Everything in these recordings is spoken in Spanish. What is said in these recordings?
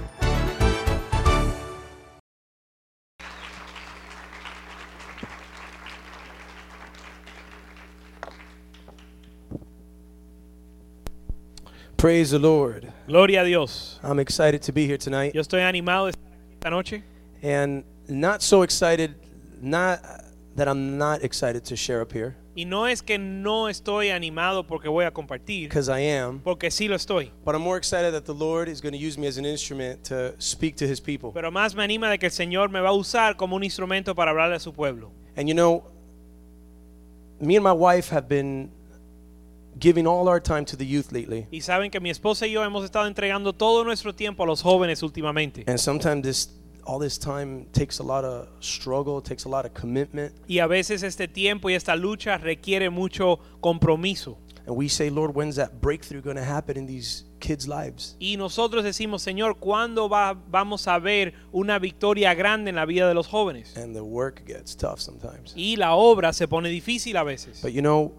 Praise the Lord. Gloria a Dios. I'm excited to be here tonight Yo estoy animado de estar aquí esta noche. and not so excited, not that I'm not excited to share up here, Y no es que no estoy animado porque voy a compartir, because I am, porque sí lo estoy. but I'm more excited that the Lord is going to use me as an instrument to speak to his people. Pero más me anima de que el Señor me va a usar como un instrumento para hablarle a su pueblo. And you know, me and my wife have been giving all our time to the youth lately. Y saben que mi esposa y yo hemos estado entregando todo nuestro tiempo a los jóvenes últimamente. And sometimes this all this time takes a lot of struggle, takes a lot of commitment. Y a veces este tiempo y esta lucha requiere mucho compromiso. And we say, Lord, when's that breakthrough going to happen in these kids' lives? Y nosotros decimos, Señor, ¿cuándo va- vamos a ver una victoria grande en la vida de los jóvenes? And the work gets tough sometimes. Y la obra se pone difícil a veces. But you know,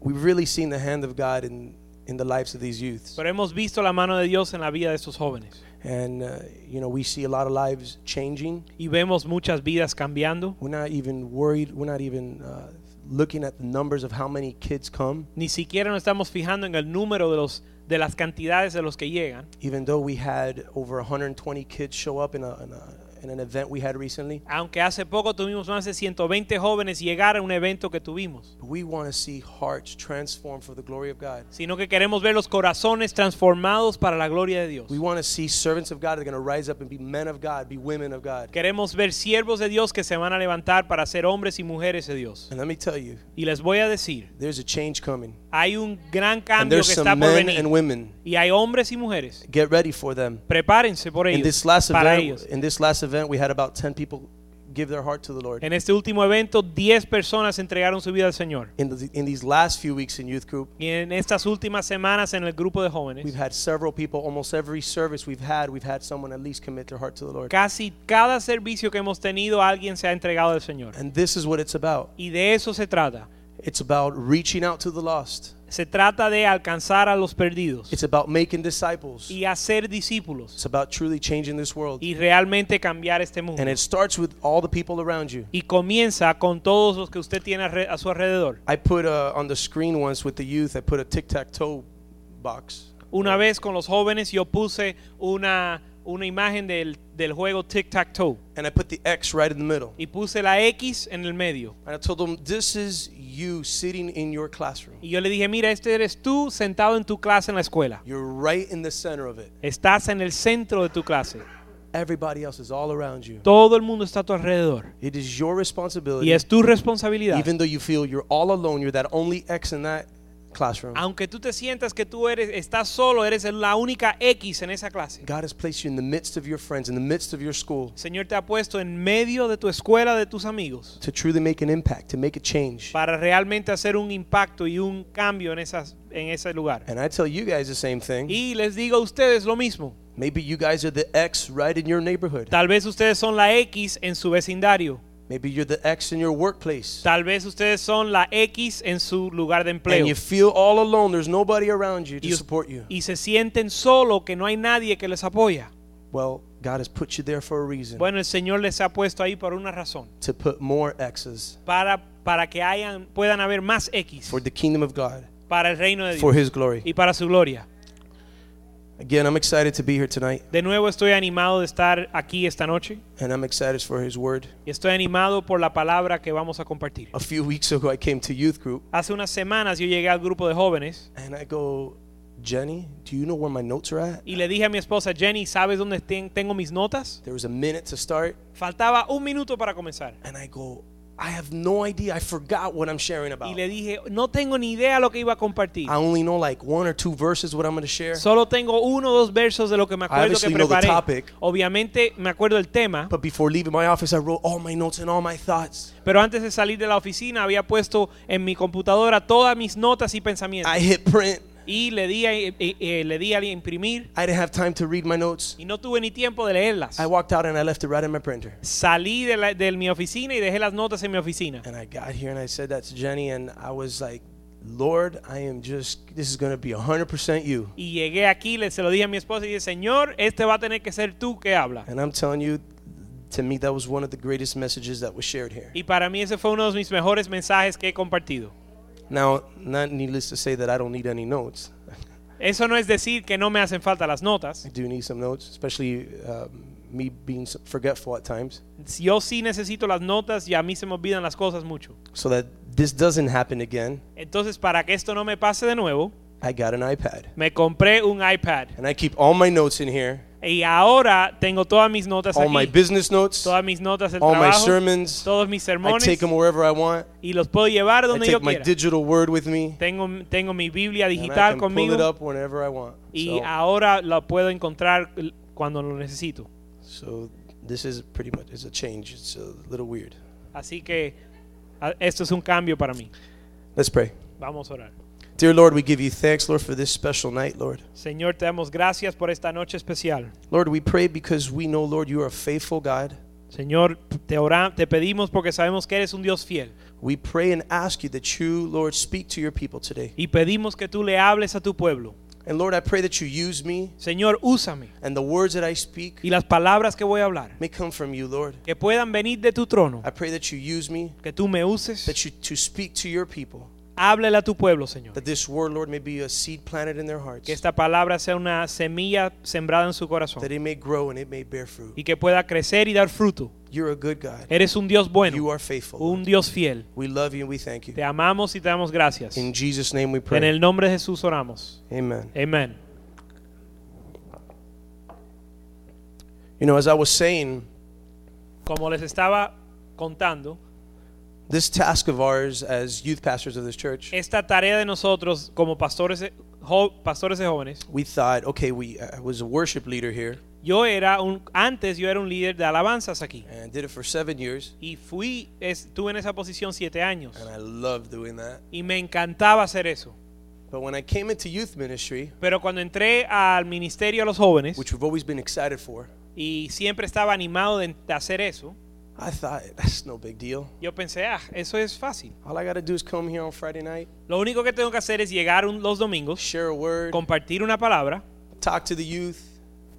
we've really seen the hand of God in in the lives of these youths, Pero hemos visto la mano de Dios en la vida de estos jóvenes and uh, you know we see a lot of lives changing. y vemos muchas vidas cambiando. We're not even worried. We're not even uh, looking at the numbers of how many kids come, Ni siquiera nos estamos fijando en el número de los de las cantidades de los que llegan, even though we had over 120 kids show up in a, in, a, in an event we had recently. aunque hace poco tuvimos más de 120 jóvenes llegar a un evento que tuvimos, We want to see hearts transformed for the glory of God. sino que queremos ver los corazones transformados para la gloria de Dios. We want to see servants of God that are going to rise up and be men of God, be women of God. Queremos ver siervos de Dios que se van a levantar para ser hombres y mujeres de Dios. And let me tell you, Y les voy a decir, there's a change coming. hay un gran And cambio there's que está some por men and venir. women. Y hay hombres y mujeres. Get ready for them. Prepárense por In ellos, this last para event, ellos. in this last event, we had about ten people give their heart to the Lord. En este último evento, 10 personas entregaron su vida al Señor. In, the, in these last few weeks in youth group, Y en estas últimas semanas en el grupo de we've jóvenes, had several people. Almost every service we've had, we've had someone at least commit their heart to the Lord. casi cada servicio que hemos tenido, alguien se ha entregado al Señor. And this is what it's about. Y de eso se trata. It's about reaching out to the lost. Se trata de alcanzar a los perdidos It's about making disciples. y hacer discípulos It's about truly changing this world. y realmente cambiar este mundo. And it starts with all the people around you. Y comienza con todos los que usted tiene alre- a su alrededor. I put uh, on the screen once with the youth. I put a tic-tac-toe box. Una vez con los jóvenes yo puse una, una imagen del, del juego Tic-Tac-Toe and I put the X right in the middle. y puse la X en el medio. And I told them, This is you sitting in your classroom. Y yo le dije, mira, este eres tú sentado en tu clase en la escuela. You're right in the center of it. Estás en el centro de tu clase. Everybody else is all around you. Todo el mundo está a tu alrededor. It is your responsibility. Y es tu responsabilidad. Even though you feel you're all alone, you're that only X in that classroom. Aunque tú te sientas que tú eres, estás solo, eres la única X en esa clase. God has placed you in the midst of your friends, in the midst of your school, El Señor te ha puesto en medio de tu escuela, de tus amigos, to truly make an impact, to make a change. para realmente hacer un impacto y un cambio en, esas, en ese lugar. And I tell you guys the same thing. Y les digo a ustedes lo mismo. Maybe you guys are the X right in your neighborhood. Tal vez ustedes son la X en su vecindario. Maybe you're the X in your workplace. Tal vez ustedes son la X en su lugar de empleo. And you feel all alone. There's nobody around you to y, support you. y se sienten solo que no hay nadie que les apoya. Well, God has put you there for a reason. Bueno, el Señor les ha puesto ahí por una razón, to put more X's para para que hayan puedan haber más X for the kingdom of God, para el reino de for Dios His glory. y para su gloria. Again, I'm excited to be here tonight, De nuevo estoy animado de estar aquí esta noche and I'm excited for His word. y estoy animado por la palabra que vamos a compartir. A few weeks ago, I came to youth group, Hace unas semanas yo llegué al grupo de jóvenes and I go, Jenny, do you know where my notes are at? y le dije a mi esposa Jenny, ¿sabes dónde ten- tengo mis notas? There was a minute to start, Faltaba un minuto para comenzar and I go, I have no idea. I forgot what I'm sharing Y about. le dije, no tengo ni idea lo que iba a compartir. I only know like one or two verses what I'm going to share. Solo tengo uno o dos versos de lo que me acuerdo que obviously know the preparé. topic. Obviamente me acuerdo el tema, But before leaving my office, I wrote all my notes and all my thoughts. pero antes de salir de la oficina había puesto en mi computadora todas mis notas y pensamientos. I hit print. Y le di, a, eh, eh, le di a imprimir I didn't have time to read my notes. y no tuve ni tiempo de leerlas. I walked out and I left it right in my printer. Salí de, la- de mi oficina y dejé las notas en mi oficina. And I got here and I said that to Jenny, and I was like, Lord, I am just, this is going to be 100% you. Y llegué aquí, le, se lo dije a mi esposa y dije, Señor, este va a tener que ser tú que habla. And I'm telling you, to me, that was one of the greatest messages that was shared here. Y para mí ese fue uno de mis mejores mensajes que he compartido. Now, not needless to say that I don't need any notes. Eso no es decir que no me hacen falta las I notas. do need some notes, especially um, me being so- forgetful at times. Yo sí necesito las notas y a mí se me olvidan las cosas mucho. So that this doesn't happen again, Entonces, para que esto no me pase de nuevo, I got an iPad. me compré un iPad. And I keep all my notes in here, Y ahora tengo todas mis notas all my aquí. business notes. Todas mis notas del all my trabajo, sermons, todos mis I sermones, take them wherever I want. y los puedo llevar I donde yo take my quiera. digital word with me. Tengo, tengo mi Biblia and I can digital pull it conmigo up whenever I want. y so, ahora la puedo encontrar l- cuando lo necesito. so this is pretty much it's a change. It's a little weird. Así que a- esto es un cambio para mí. Let's pray. Vamos a orar. Dear Lord, we give you thanks, Lord, for this special night, Lord. Señor, te damos gracias por esta noche especial. Lord, we pray because we know, Lord, you are a faithful God. Señor, te, ora- te pedimos porque sabemos que eres un Dios fiel. We pray and ask you that you, Lord, speak to your people today. Y pedimos que tú le hables a tu pueblo. And Lord, I pray that you use me Señor, úsame. and the words that I speak Y las palabras que voy a hablar, may come from you, Lord. que puedan venir de tu trono. I pray that you use me, Que tú me uses. that you to speak to your people. Háblale a tu pueblo, Señor. That this word, Lord, may be a seed planted in their hearts. Que esta palabra sea una semilla sembrada en su That corazón it may grow and it may bear fruit. y que pueda crecer y dar fruto. You're a good God. Eres un Dios You bueno, are faithful. un Lord. Dios fiel. We love you and we thank you. Te amamos y te damos gracias. In En Jesus' name we pray. el nombre de Jesús oramos. Amen. Amén. You know, as I was saying, Como les estaba contando, this task of ours as youth pastors of this church, esta tarea de nosotros como pastores, de- jo- pastores de jóvenes, we thought, okay, we uh, I was a worship leader here yo era un, antes yo era un líder de alabanzas aquí. and did it for seven years, Y fui, estuve en esa posición siete años. and I loved doing that. Y me encantaba hacer eso. But when I came into youth ministry, Pero cuando entré al ministerio a los jóvenes, which we've always been excited for, y siempre estaba animado de, de hacer eso, I thought that's no big deal. yo pensé, ah, eso es fácil. All I got to do is come here on Friday night, Lo único que tengo que hacer es llegar un- los domingos, share a word, compartir una palabra, talk to the youth,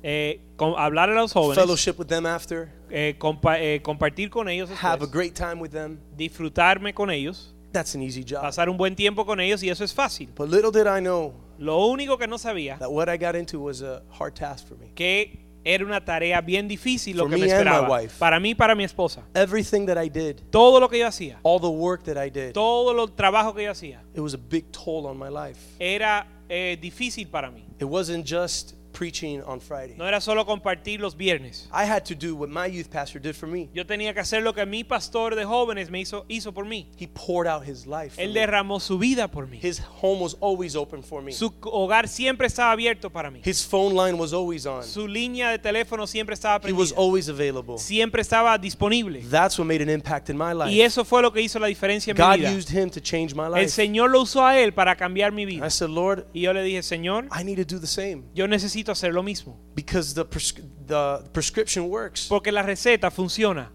eh, con- hablar a los jóvenes, fellowship with them after, eh, compa- eh, compartir con ellos, después, have a great time with them. disfrutarme con ellos, That's an easy job. pasar un buen tiempo con ellos y eso es fácil. But little did I know Lo único que no sabía that what I got into was a hard task for me. que era una tarea bien difícil lo For que me me and my esperaba. wife. Para mí, y para mi esposa. Everything that I did, Todo lo que yo hacía, all the work that I did, todo el trabajo que yo hacía, it was a big toll on my life. era eh, difícil para mí. It wasn't just preaching on Friday. No era solo compartir los viernes. I had to do what my youth pastor did for me. Yo tenía que hacer lo que mi pastor de jóvenes me hizo, hizo por mí. He poured out his life. for Él me. derramó su vida por mí. His home was always open for me. Su hogar siempre estaba abierto para mí. His phone line was always on. Su línea de teléfono siempre estaba He was prendida. always available. Siempre estaba disponible. That's what made an impact in my Y life. eso fue lo que hizo la diferencia en mi God vida. used him to change my El life. Señor lo usó a él para cambiar mi vida. Ah. I said, Lord, Y yo le dije, Señor, I need to do the same yo necesito hacer lo mismo. because the, prescri- the prescription works. Porque la receta funciona.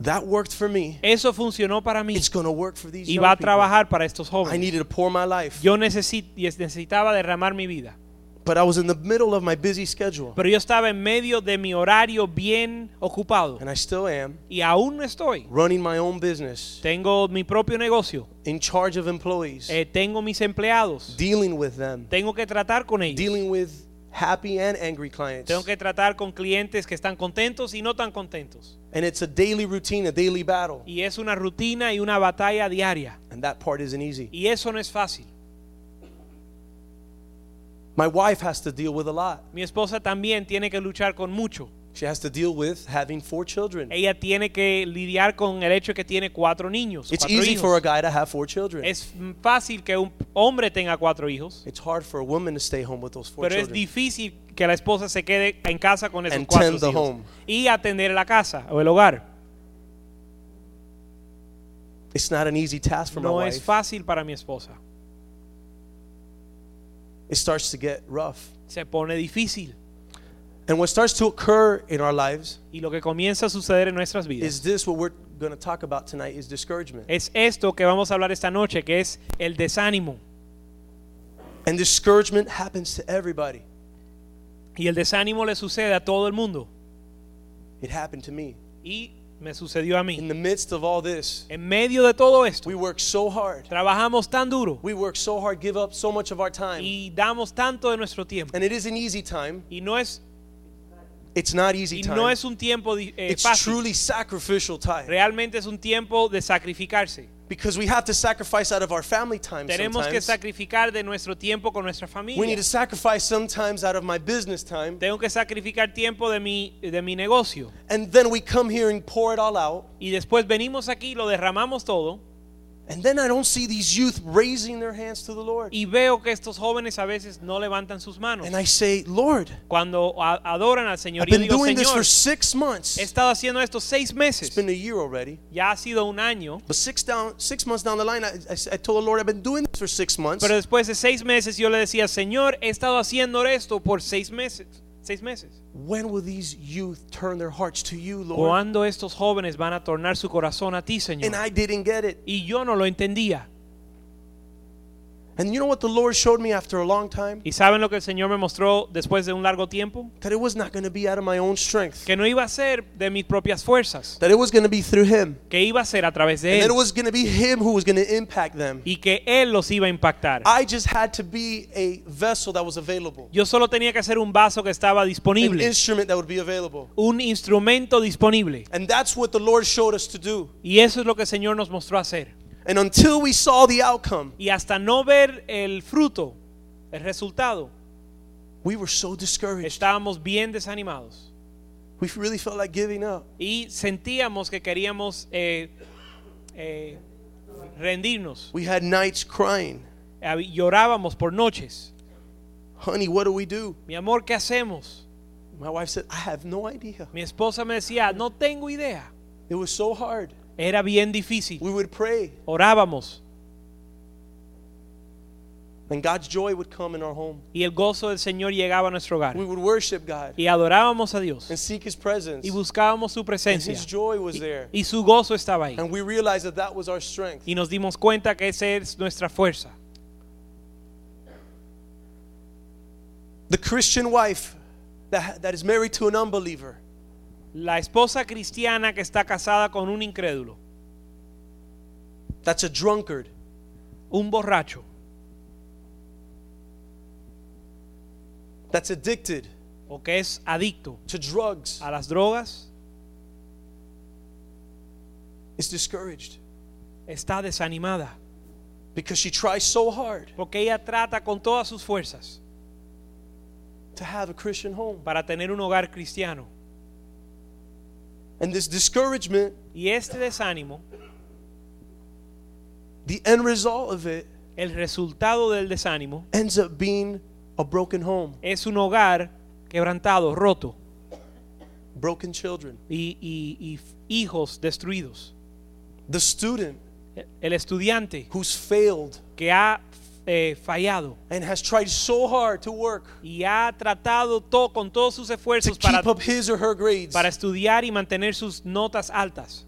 That worked for me. Eso funcionó para mí. It's going to work for these Y young va a people. trabajar para estos I jóvenes. needed to pour my life. Yo necesi- y es- necesitaba derramar mi vida. But I was in the middle of my busy schedule. Pero yo estaba en medio de mi horario bien ocupado. And I still am Y aún no estoy. running my own business, Tengo mi propio negocio. in charge of employees, Eh, tengo mis empleados. dealing with them, Tengo que tratar con ellos. dealing with happy and angry clients. Tengo que tratar con clientes que están contentos y no tan contentos. And it's a daily routine, a daily battle. Y es una rutina y una batalla diaria. And that part isn't easy. Y eso no es fácil. My wife has to deal with a lot. Mi esposa también tiene que luchar con mucho. She has to deal with having four children. Ella tiene que lidiar con el hecho de que tiene cuatro niños. It's cuatro easy hijos. for a guy to have four children. Es fácil que un hombre tenga cuatro hijos, It's hard for a woman to stay home with those four pero es children. difícil que la esposa se quede en casa con esos And cuatro tend the hijos home. y atender la casa o el hogar. It's not an easy task for my No es wife. fácil para mi esposa. It starts to get rough. Se pone difícil. And what starts to occur in our lives Y lo que comienza a suceder en nuestras vidas is this what we're going to talk about tonight is discouragement. es esto que vamos a hablar esta noche, que es el desánimo. And discouragement happens to everybody. Y el desánimo le sucede a todo el mundo. It happened to me. Y me sucedió a In mí. the midst of all this, En medio de todo esto, we work so hard. trabajamos tan duro We work so hard, give up so much of our time. y damos tanto de nuestro tiempo. And it is an easy time. Y no es, It's not easy y no time. es un tiempo di- eh, It's fácil. truly sacrificial time. Realmente es un tiempo de sacrificarse. Because we have to sacrifice out of our family time Tenemos que sometimes. sacrificar de nuestro tiempo con nuestra We need familia. to sacrifice sometimes out of my business time. Tengo que sacrificar tiempo de mi, de mi negocio. And then we come here and pour it all out. Y después venimos aquí, lo derramamos todo. And then I don't see these youth raising their hands to the Lord. Y veo que estos jóvenes a veces no levantan sus manos. And I say, Lord, Cuando a- adoran al Señor, I've y yo been digo, doing this for Señor, six months. he It's estado haciendo esto seis meses. been a year already. Ya ha sido un año. But six down, six months down the line, I, I, s- I told the Lord, I've been doing this for six months. Pero después de seis meses yo le decía, Señor, he estado haciendo esto por seis meses. Seis meses. When will these youth turn their hearts to you, Lord? ¿Cuándo estos jóvenes van a tornar su corazón a ti, Señor? And I didn't get it. Y yo no lo entendía. And you know what the Lord showed me after a long time? ¿Y saben lo que el Señor me mostró después de un largo tiempo? That it was not going to be out of my own strength. Que no iba a ser de mis propias fuerzas, That it was going to be through Him. que iba a ser a través de And Él that it was going to be Him who was going to impact them. y que Él los iba a impactar. I just had to be a vessel that was available, Yo solo tenía que hacer un vaso que estaba an disponible, instrument that would be available. un instrumento disponible. And that's what the Lord showed us to do. Y eso es lo que el Señor nos mostró hacer. And until we saw the outcome, Y hasta no ver el fruto, el resultado, we were so discouraged. estábamos bien desanimados We really felt like giving up. y sentíamos que queríamos eh, eh, rendirnos. We had nights crying, Hab- Llorábamos por noches. honey, what do we do? Mi amor, ¿qué hacemos? My wife said, I have no idea. Mi esposa me decía, no tengo idea. It was so hard. Era bien difícil. We would pray, Orábamos and God's joy would come in our home. y el gozo del Señor llegaba a nuestro hogar. We would worship God Y adorábamos a Dios and seek His presence. y buscábamos su And presencia. His joy was Y- there. Y su gozo estaba ahí. And we realized that that was our strength. Y nos dimos cuenta que esa es nuestra fuerza. The Christian wife that, that is married to an unbeliever, La esposa cristiana que está casada con un incrédulo, that's a drunkard, un borracho, that's addicted o que es adicto to drugs, a las drogas, is discouraged está desanimada. because she tries so hard Porque ella trata con todas sus fuerzas to have a Christian home. para tener un hogar cristiano. And this discouragement, Y este desánimo, the end result of it, el resultado del desánimo, ends up being a broken home, es un hogar quebrantado, roto broken children. y, y- y f- hijos destruidos. The student El estudiante who's failed que ha eh, fallado and has tried so hard to work y ha tratado todo con todos sus to esfuerzos para keep up his or her grades para estudiar y mantener sus notas altas.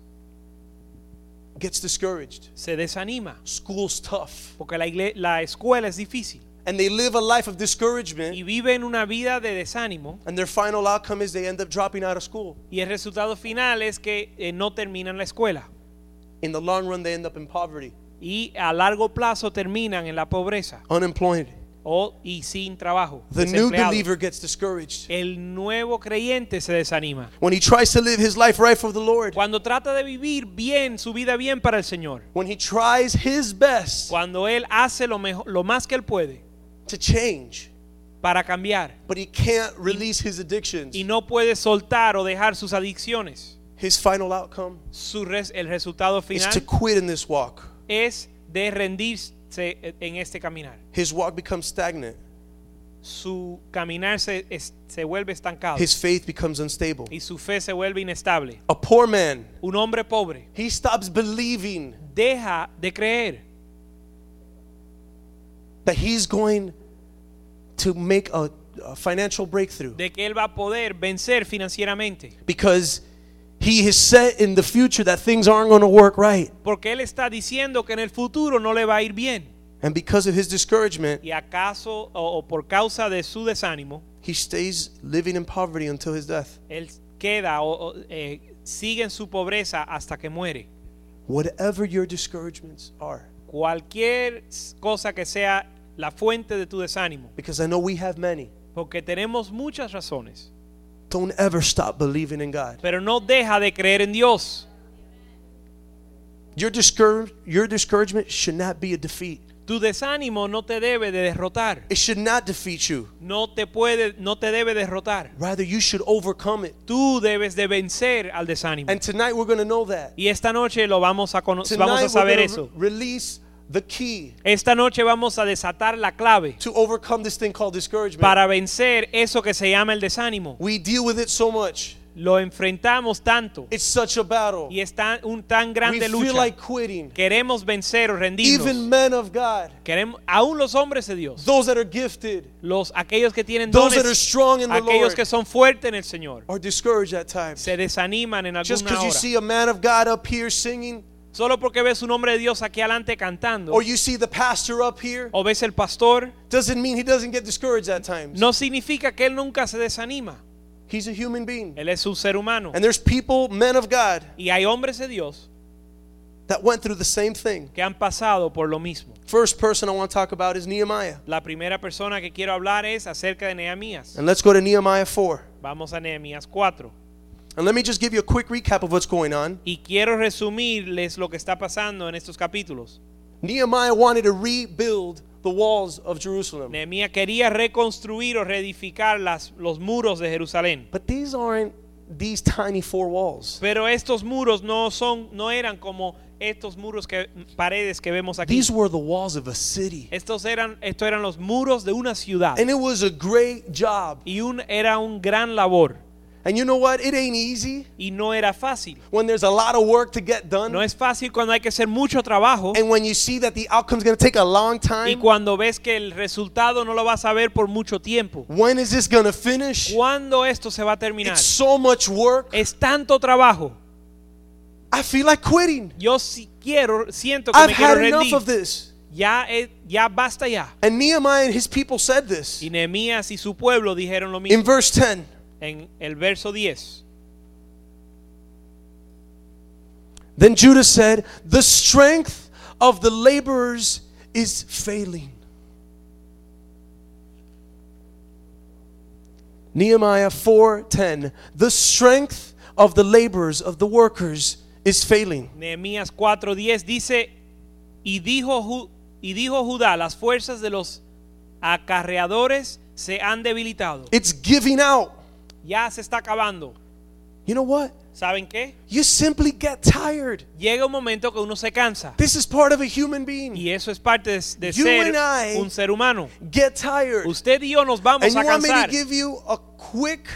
gets discouraged. Se desanima School's tough. porque la, igle- la escuela es difícil And they live a life of y discouragement, viven una vida de desánimo and their final outcome is they end up dropping out of school. y el resultado final es que eh, no terminan la escuela In the long run, they end up in poverty, y a largo plazo terminan en la pobreza unemployed. o y sin trabajo. The new desempleados. believer gets discouraged El nuevo creyente se desanima when he tries to live his life right for the Lord, cuando trata de vivir bien su vida bien para el Señor, when he tries his best cuando él hace lo mejor, lo más que él puede to change. para cambiar. but he can't release his addictions. Y no puede soltar o dejar sus adicciones. His final outcome Su res- el resultado is to final quit in this walk. es de rendirse en este caminar. His walk becomes stagnant. Su caminar se, es- se vuelve estancado His faith becomes unstable. y su fe se vuelve inestable. A poor man, Un hombre pobre he stops believing deja de creer that he's going to make a, a financial breakthrough de que él va a poder vencer financieramente. because he is set in the future that things aren't going to work right. Porque él está diciendo que en el futuro no le va a ir bien. And because of his discouragement, Y acaso, o, o por causa de su desánimo, he stays living in poverty until his death. él queda o, o, eh, sigue en su pobreza hasta que muere. Whatever your discouragements are, Cualquier s- cosa que sea la fuente de tu desánimo. because I know we have many, Porque tenemos muchas razones. don't ever stop believing in God. Pero no deja de creer en Dios. Your, discour- your discouragement should not be a defeat. Tu desánimo no te debe de derrotar. It should not defeat you. No te puede, no te debe derrotar. Rather, you should overcome it. Tú debes de vencer al desánimo. And tonight we're going to know that. Y esta noche lo vamos a cono- Tonight vamos a we're saber gonna eso. re- release the key Esta noche vamos a desatar la clave to overcome this thing called discouragement. para vencer eso que se llama el desánimo. we deal with it so much. Lo enfrentamos tanto It's such a battle. y es tan, un tan we grande feel lucha. like quitting. Queremos vencer o rendirnos. Even men of God, Queremos, aún los hombres de Dios, those that are gifted, los aquellos que tienen those that are dones, strong in the aquellos Lord, que son fuertes en el Señor, are discouraged at times. se desaniman en Just alguna because you hora. see a man of God up here singing, Solo porque ves un hombre de Dios aquí adelante cantando or you see the pastor up here, o ves el pastor, doesn't mean he doesn't get discouraged at times. no significa que él nunca se desanima. He's a human being. Él es un ser humano. And there's people, men of God, Y hay hombres de Dios that went through the same thing. que han pasado por lo mismo. First person I want to talk about is Nehemiah. La primera persona que quiero hablar es acerca de Nehemías. And let's go to Nehemiah 4. Vamos a Nehemías 4. And let me just give you a quick recap of what's going on. Y quiero resumirles lo que está pasando en estos capítulos. Nehemiah wanted to rebuild the walls of Jerusalem. Nehemías quería reconstruir o reedificar las, los muros de Jerusalén. But these aren't these tiny four walls. Pero estos muros no son, no eran como estos muros que paredes que vemos aquí. These were the walls of a city. Estos eran, estos eran los muros de una ciudad. And it was a great job. Y un, era un gran labor. And you know what? It ain't easy Y no era fácil. when there's a lot of work to get No done. es fácil cuando hay que hacer mucho trabajo. And when you see that the outcome's going to take a long Y time. cuando ves que el resultado no lo vas a ver por mucho tiempo. When is this going to finish? ¿Cuándo esto se va a terminar? It's so much work. Es tanto trabajo. I feel like quitting. Yo si quiero, siento que I've me quiero had enough rendir. of this. Ya, es- ya basta ya. And Nehemiah and his people said this Y Nehemías y su pueblo dijeron lo in mismo verse 10. en el verso 10. Then Judah said, The strength of the laborers is failing. Nehemiah 4:10 The strength of the laborers of the workers is failing. Nehemías 4:10 dice, y dijo, Ju- y dijo Judá, las fuerzas de los acarreadores se han debilitado. It's giving out. Ya se está acabando. You know what? ¿Saben qué? You simply get tired. Llega un momento que uno se cansa. This is part of a human being. Y eso es parte de, de You ser and I- un ser humano. Get tired. Usted y yo nos vamos And you a want me to cansar. give you a quick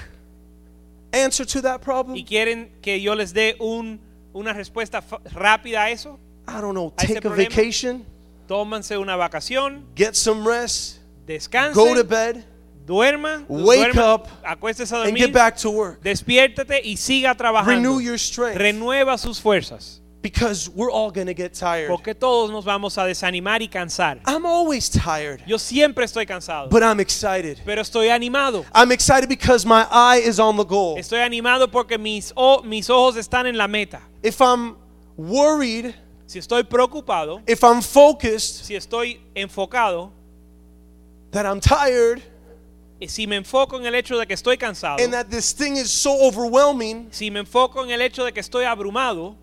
answer to that problem? ¿Y quieren que yo les dé un, una respuesta fa- rápida a eso? I don't know. A ese Take a problema. vacation, Tómanse una vacación, get some rest, go to descansen, bed. duerma, Wake duerma, up acuéstese a and dormir, get back to work. despiértate y siga trabajando. Renew your strength Renueva sus fuerzas, because we're all going to get tired. porque todos nos vamos a desanimar y cansar. I'm always tired, Yo siempre estoy cansado, but I'm excited. pero estoy animado. I'm excited because my eye is on the goal. Estoy animado porque mis, o- mis ojos están en la meta. If I'm worried, Si estoy preocupado, if I'm focused, si estoy enfocado, that I'm tired eh, si me enfoco en el hecho de que estoy cansado, and that this thing is so overwhelming, si me enfoco en el hecho de que estoy abrumado,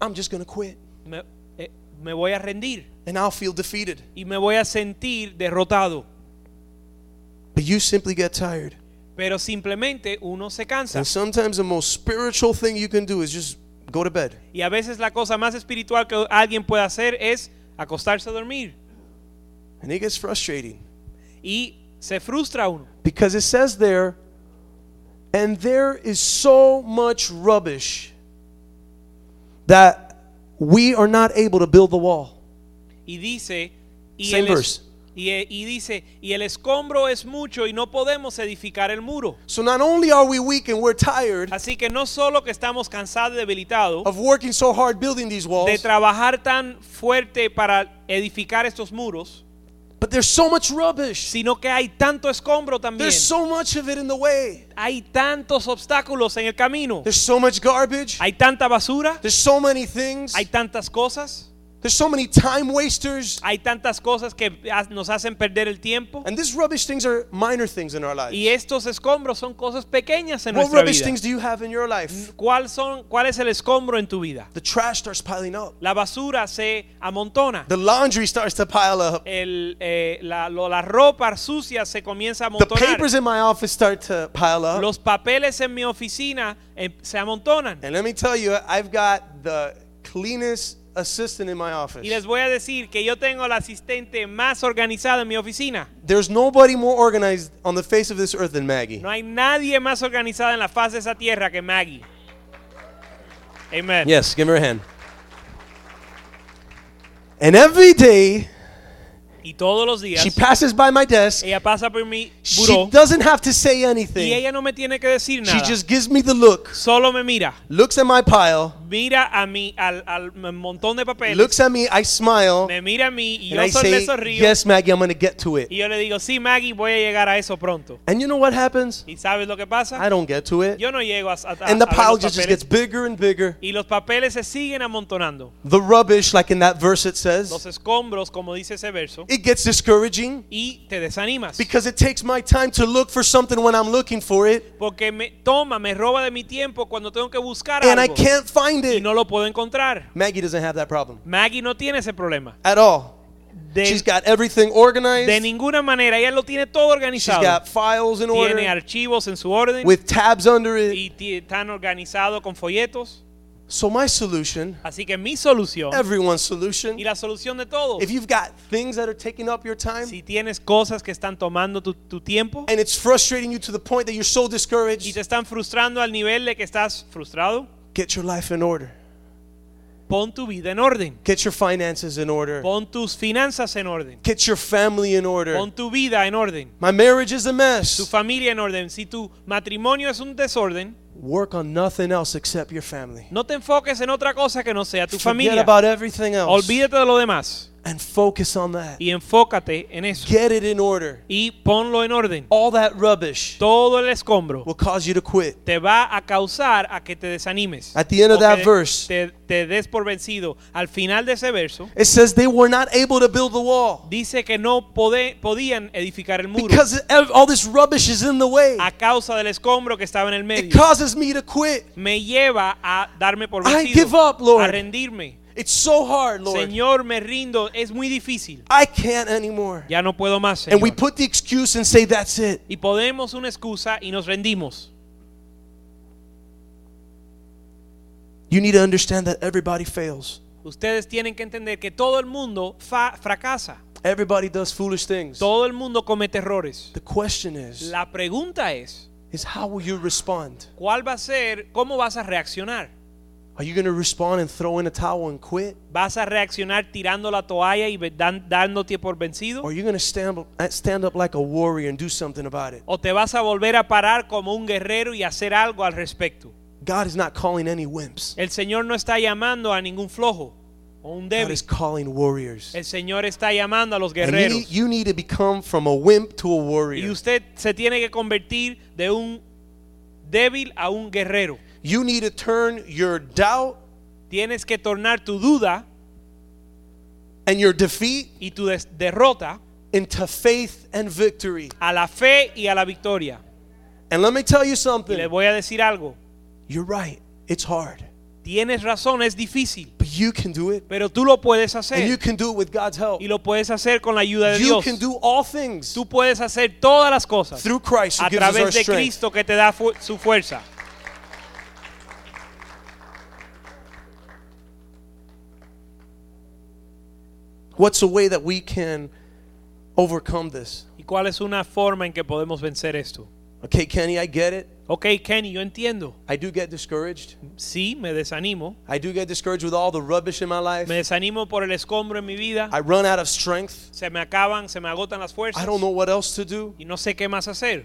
I'm just going to quit me, eh, me voy a rendir and I'll feel defeated. y me voy a sentir derrotado. but you simply get tired. pero simplemente uno se cansa. And sometimes the most spiritual thing you can do is just go to bed. Y a veces la cosa más espiritual que alguien puede hacer es acostarse a dormir. And it gets frustrating Y se frustra uno. because it says there, and there is so much rubbish that we are not able to build the wall. Y dice, y Same el es- verse. y, e- y dice, y el escombro es mucho y no podemos edificar el muro. So not only are we weak and we're tired Así que no solo que estamos cansados y debilitados of working so hard building these de walls, trabajar tan fuerte para edificar estos muros, but there's so much rubbish. sino que hay tanto escombro también. There's so much of it in the way. Hay tantos obstáculos en el camino. There's so much garbage. Hay tanta basura, There's so many things. hay tantas cosas, There's so many time wasters. hay tantas cosas que ha- nos hacen perder el tiempo. And these rubbish things are minor things in our lives. Y estos escombros son cosas pequeñas en What nuestra rubbish vida. things do you have in your life? ¿Cuál, son, ¿Cuál es el escombro en tu vida? The trash starts piling up. La basura se amontona. The laundry starts to pile up. El, eh, la, lo- la ropa sucia se comienza a The amontonar. papers in my office start to pile up. Los papeles en mi oficina eh, se amontonan. And let me tell you, I've got the cleanest assistant in my Y les office. voy a decir que yo tengo la asistente más organizada en mi oficina. There's nobody more organized on the face of this earth than Maggie. No hay nadie más organizada en la faz de esa tierra que Maggie. Amen. Yes, give her a hand. And every day Y todos los días she passes by my desk. ella pasa por mi She Eh, buró doesn't have to say y anything. ella no me tiene que decir She nada. just gives me the look, Solo me mira. looks at my pile, Mira a mí, al, al montón de papeles. looks at me, I smile, me mira a mí y and yo I sol- say, le sonrío. Yes, Maggie, I'm going to get to Y it. yo le digo, sí, Maggie, voy a llegar a eso pronto. And you know what happens? ¿Y sabes lo que pasa? I don't get to it. Yo no llego a, a- a- And the a ver pile los just, just papeles. gets bigger and bigger. y los papeles se siguen amontonando. The rubbish, like in that verse it Los says, escombros, como dice ese verso, it gets discouraging y te desanimas. because it takes my time to look for something when I'm looking for it, Porque me toma, me roba de mi tiempo cuando tengo que buscar and I algo can't find y it. no lo puedo encontrar. Maggie doesn't have that problem Maggie no tiene ese problema. at all. She's De, got everything de organized. ninguna manera, ella lo tiene todo She's organizado. got files in tiene order archivos en su orden with tabs under it. y ti- tan organizado con folletos. So my solution, Así que mi solución everyone's y solution, la solución de todo, if you've got things that are taking up your time si tienes cosas que están tomando tu, tu tiempo and it's frustrating you to the point that you're so y te discouraged, están frustrando al nivel de que estás frustrado, get your life in order. pon tu vida en orden, Get your finances in order. pon tus finanzas en orden, Get your family in pon order. tu vida en orden, My marriage is a tu mess. familia en orden. Si tu matrimonio es un desorden, Work on nothing else except your family. no te enfoques en otra cosa que no sea tu Forget familia. about everything else Olvídate de lo demás and focus on that. y enfócate en eso Get it in order. y ponlo en orden. All that rubbish Todo el escombro will cause you to quit. te va a causar a que te desanimes. At the end of o que that de- verse- te, te des por vencido. Al final de ese verso It says they were not able to build the wall dice que no pode- podían edificar el muro because ev- all this rubbish is in the way. a causa del escombro que estaba en el It medio. causes me to quit. Me lleva a darme por I vencido, give up, Lord. a rendirme. It's so hard, Lord. Señor, me rindo, es muy difícil. I can't anymore. Ya no puedo más, Señor. and we put the excuse and say, that's it. y podemos una excusa y nos rendimos. You need to understand that everybody fails. Ustedes tienen que entender que todo el mundo fa- fracasa. Everybody does foolish things. Todo el mundo comete errores. The question is, La pregunta es, is how will you respond? ¿Cuál va a ser? ¿Cómo vas a reaccionar? Are you going to respond and throw in a towel and quit? ¿Vas a reaccionar tirando la toalla y ve- dan- dándote por vencido? Or are you going to stand, stand up like a warrior and do something about it? ¿O te vas a volver a parar como un guerrero y hacer algo al respecto? God is not calling any wimps. El Señor no está llamando a ningún flojo o un God débil. is calling warriors. El Señor está llamando a los And you need, guerreros. you need to become from a wimp to a Y warrior. usted se tiene que convertir de un débil a un guerrero. You need to turn your doubt Tienes que tornar tu duda and your defeat y tu des- derrota into faith and victory. a la fe y a la victoria. And let me tell you Y les something. voy a decir algo. You're right. It's hard. Tienes razón, es difícil, but you can do it. pero tú lo puedes And you hacer can do it with God's help. y lo puedes hacer con la ayuda de You Dios. can do all things Tú puedes hacer todas las cosas through Christ who a gives us our través de strength. Cristo que te da fu- su fuerza. What's a way that we can overcome this? ¿Y cuál es una forma en que podemos vencer esto? Okay, Kenny, I get it. Ok, Kenny, yo entiendo. I do get discouraged. Sí, me desanimo. I do get discouraged with all the rubbish in my life. Me desanimo por el escombro en mi vida. I run out of strength. Se me acaban, se me agotan las fuerzas. I don't know what else to do. Y no sé qué más hacer.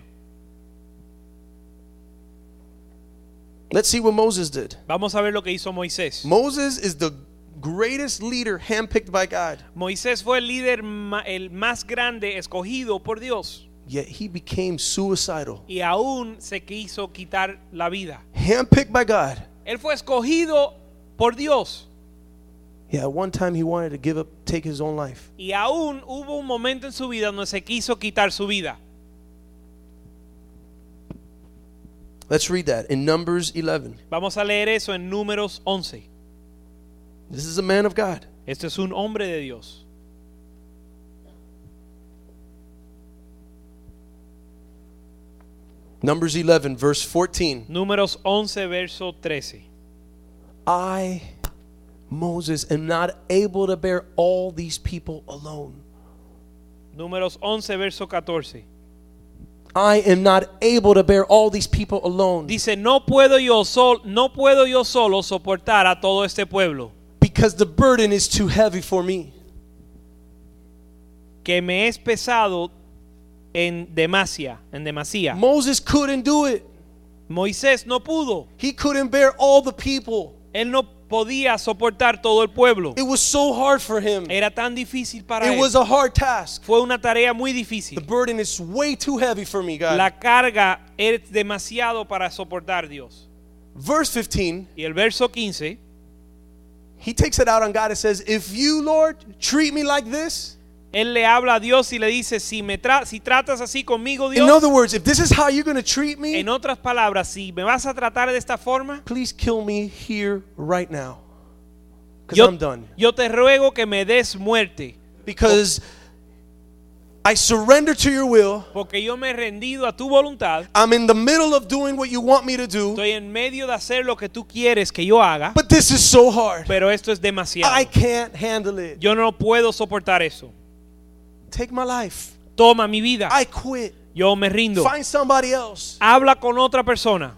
Let's see what Moses did. Vamos a ver lo que hizo Moisés. Moses is the greatest leader handpicked by God, Moisés fue el líder ma- el más grande escogido por Dios yet he became suicidal. y aún se quiso quitar la vida. Handpicked by God. Él fue escogido por Dios Yeah, at one time he wanted to give up, take his own life. y aún hubo un momento en su vida donde se quiso quitar su vida. Let's read that in Numbers 11. Vamos a leer eso en Números 11. This is a man of God. Este es un hombre de Dios. Numbers 11, verse 14. Números 11, verso 13. I, Moses, am not able to bear all these people alone. Números 11, verso 14. I am not able to bear all these people alone Dice, no puedo yo, sol- no puedo yo solo soportar a todo este pueblo, because the burden is too heavy for me. que me es pesado en demasia, en demasía. Moses couldn't do it. Moisés no pudo. He couldn't bear all the people. Él no podía soportar todo el pueblo. It was so hard for him. Era tan difícil para It él. was a hard task. Fue una tarea muy The difícil. burden is way too heavy for me, God. La carga es demasiado para soportar Dios. Verse 15, Y el verso 15, he takes it out on God and says, If you, Lord, treat me like this, él le habla a Dios y le dice, si me tra- si tratas así conmigo, in Dios, other words, if this is how you're going to treat me, en otras palabras, si me vas a tratar de esta forma, please kill me here right now. Because yo, I'm done. yo te ruego que me des muerte, Because I surrender to your will. porque yo me he rendido a tu voluntad. I'm in the middle of doing what you want me to do. Estoy en medio de hacer lo que tú quieres que yo haga, But this is so hard. pero esto es demasiado. I can't handle it. Yo no puedo soportar eso. Take my life. Toma mi vida. I quit. Yo me rindo. Find somebody else. Habla con otra persona.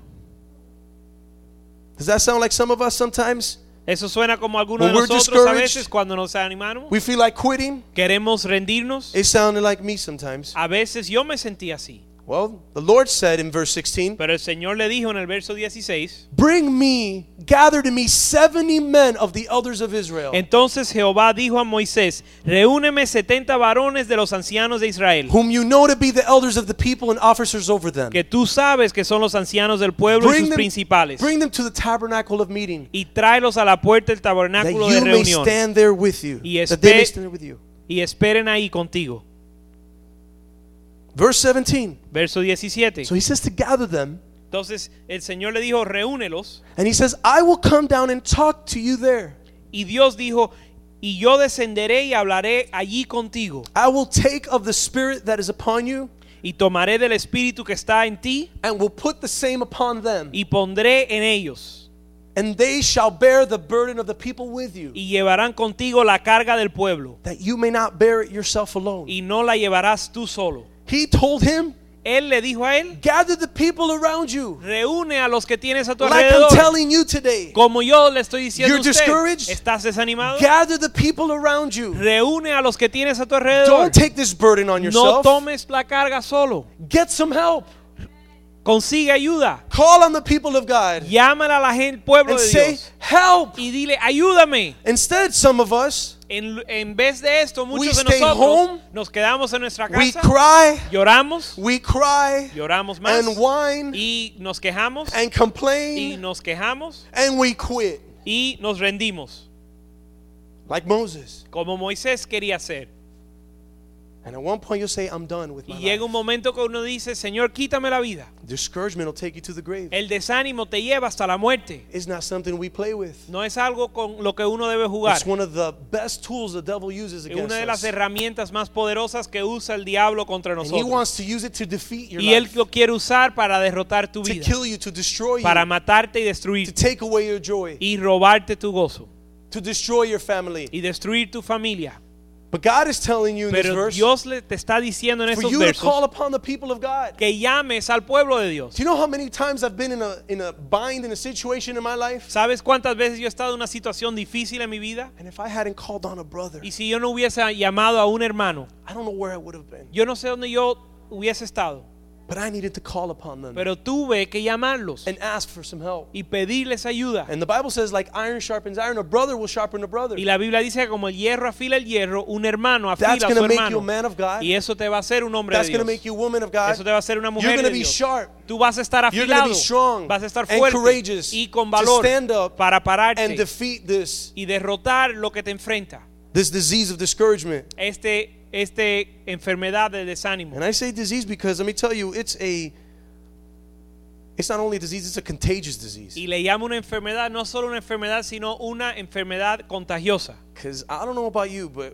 Does that sound like some of us sometimes? Eso suena como algunos de When we're nosotros a discouraged, veces cuando nos animamos. We feel like quitting. Queremos rendirnos. It sounded like me sometimes. A veces yo me sentí así. Well, the Lord said in verse 16, Pero el Señor le dijo en el verso 16, Bring me, gather to me 70 men of the elders of Israel, entonces Jehová dijo a Moisés, reúneme 70 varones de los ancianos de Israel, whom you know to be the elders of the people and officers over them. que tú sabes que son los ancianos del pueblo y sus principales, bring them to the tabernacle of meeting, y tráelos a la puerta del that tabernáculo de you may reunión, stand there with you. Y That they may espe- stand there with you. y esperen ahí contigo. Verse 17. Verso 17. So he says to gather them, Entonces el Señor le dijo, reúnelos, and he says, I will come down and talk to you there. y Dios dijo, y yo descenderé y hablaré allí contigo, I will take of the spirit that is upon you y tomaré del espíritu que está en ti, and will put the same upon them. y pondré en ellos. And they shall bear the burden of the people with you, y llevarán contigo la carga del pueblo that you may not bear it yourself alone. y no la llevarás tú solo. He told him, Él le dijo a él, Gather the people around you. reúne a los que tienes a tu Like I'm alrededor. telling you today, Como yo le estoy diciendo a You're usted, discouraged? ¿estás desanimado? gather the people around you. Reúne a los que tienes a tu alrededor. Don't take this burden on No yourself. tomes la carga solo. Get some help. Consigue ayuda. Call on the people of God Llámala a la gente, pueblo and de say, Dios. Help. Y dile, ayúdame. Instead, some of us, En, en vez de esto, muchos de stay nosotros home. nos quedamos en nuestra we casa, cry, lloramos, we cry, lloramos más and whine, y nos quejamos and y complain, nos quejamos and we quit. y nos rendimos, Like Moses. como Moisés quería hacer. And at one point you'll say, I'm done with my Y llega un life. momento que uno dice, Señor, quítame la vida. Discouragement will take you to the grave. El desánimo te lleva hasta la muerte. It's not something we play with. No es algo con lo que uno debe jugar. It's one of the best tools the devil uses Es against una de las us. herramientas más poderosas que usa el diablo contra And he nosotros. wants to use it to defeat your Y él life, lo quiere usar para derrotar tu to vida, kill you, to destroy you, para to matarte y destruirte take away your joy, y robarte tu gozo to destroy your family. y destruir tu familia. But God is telling you in this Pero verse Dios le te está diciendo en for estos you to call versos upon the people of God. que llames al pueblo de Dios. Do you know how many times I've been in a in a bind in a situation in my life? ¿Sabes cuántas veces yo he estado en una situación difícil en mi vida? And if I hadn't called on a brother, Y si yo no hubiese llamado a un hermano, I don't know where I would have been. yo no sé dónde yo hubiese estado, But I needed to call upon them pero tuve que llamarlos and ask for some help. y pedirles ayuda. And the Bible says, like iron sharpens iron, a brother will sharpen a brother. Y la Biblia dice que como el hierro afila el hierro, un hermano afila a That's su going to make you hermano. a man of God. Y eso te va a hacer un hombre de That's going to Dios. make you a woman of God. Eso te va a hacer una You're mujer going to de be Dios. sharp Tú vas a estar You're gonna afilado, be strong vas a estar and fuerte courageous y con to valor stand up para and pararte defeat this y derrotar lo que te enfrenta, this disease of discouragement. este, este enfermedad de desánimo. And I say disease because let me tell you, it's a it's not only a disease, it's a contagious Y disease. le llamo una enfermedad, no solo una enfermedad, sino una enfermedad contagiosa. Cuz I don't know about you, but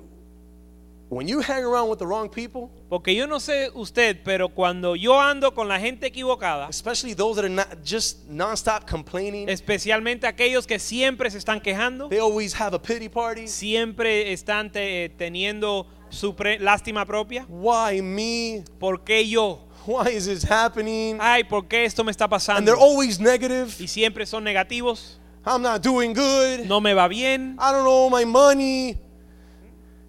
when you hang around with the wrong people, Porque yo no sé usted, pero cuando yo ando con la gente equivocada, especially those that are not just nonstop complaining, especialmente aquellos que siempre se están quejando, they always have a pity party. siempre están te- teniendo su pre- lástima propia. Why me? ¿Por qué yo? Why is this happening? Ay, ¿por qué esto me está And they're pasando? always negative. Y siempre son negativos. I'm not doing good. No me va bien. I don't know my money,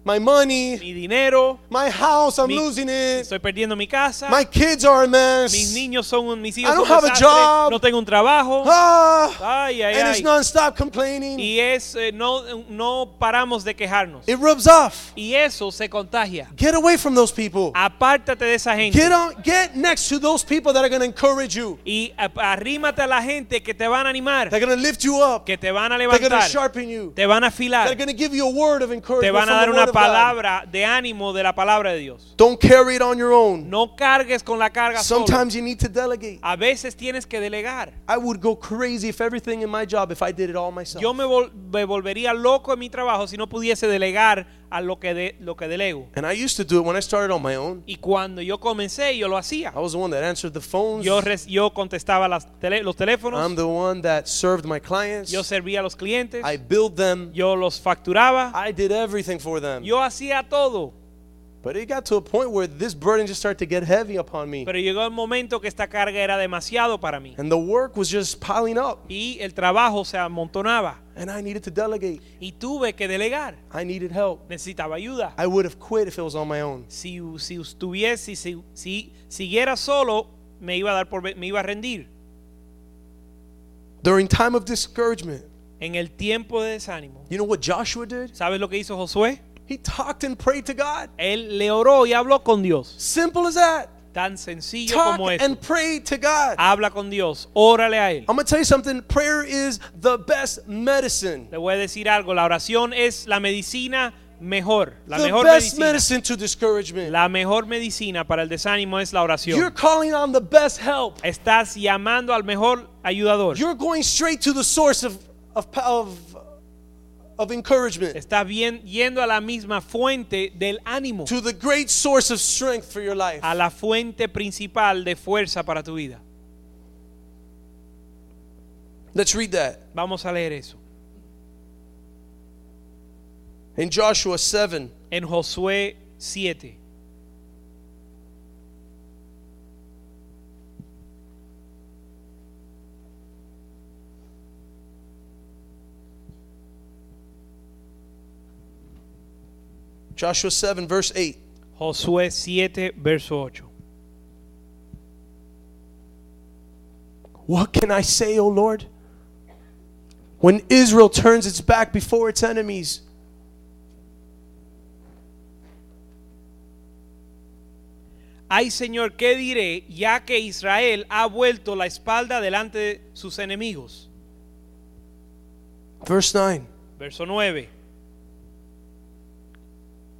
my money, Mi dinero. my house. I'm Mi- losing it. Estoy perdiendo mi casa. My kids are a Mis mess. niños son un, mis I hijos son don't un have a desastre. job. No tengo un trabajo. Ah, Ay, ay, and it's ay. nonstop complaining. Y es eh, no no paramos de quejarnos. It rubs off. Y eso se contagia. Get away from those people. Ah, Apártate de esa gente. Get on. Get next to those people that are going to encourage you. Y ap- arrímate a la gente que te van a animar, They're going to lift you up. que te van a They're going to levantar, sharpen you. te van a They're afilar, going to give you a word of te encouragement van a from dar the word una of God. palabra de ánimo de la palabra de Dios. Don't carry it on your own. No cargues con la carga solo. Ah. Sometimes you need to delegate. A veces tienes que delegar. I would go crazy if everything in my job if I did it all myself. Yo me, vol- me volvería loco en mi trabajo si no pudiese delegar a lo que de- lo que delego. And I used to do it when I started on my own. Y cuando yo comencé, yo lo hacía. I was the one that answered the phones. Yo res- yo contestaba las tele- los I'm teléfonos, the one that served my clients. yo servía a los clientes, I billed them. yo los facturaba, I did everything for them. yo hacía todo. But it got to a point where this burden just started to get heavy upon me. Pero llegó el momento que esta carga era demasiado para mí And the work was just piling up. y el trabajo se amontonaba And I needed to delegate. y tuve que delegar. I needed help. Necesitaba ayuda. I would have quit if it was on my own. Si, si estuviese, si, si siguiera solo, me iba a dar por ve- me iba a rendir. During time of discouragement, En el tiempo de desánimo. you know what Joshua did? ¿Sabes lo que hizo Josué? He talked and prayed to God. Él le oró y habló con Dios. Simple as that. Tan sencillo Talk como es. Ah. and pray to God. Habla con Dios, órale a él. I'm going to tell you something. Prayer is the best medicine. Le voy a decir algo, la oración es la medicina mejor, la the mejor best medicina. medicine to discouragement. La mejor medicina para el desánimo es la oración. You're calling on the best help. Estás llamando al mejor ayudador. You're going straight to the source of of pa- of, of encouragement, Estás bien, yendo a la misma fuente del ánimo, to the great source of strength for your life. a la fuente principal de fuerza para tu vida. Let's read that Vamos a leer eso. in Joshua 7. En Josué 7. Joshua 7 verse 8. Josué 7, verso 8. What can I say, O Lord? When Israel turns its back before its enemies, Ay Señor, ¿qué diré ya que Israel ha vuelto la espalda delante de sus enemigos? verse 9. Verso 9.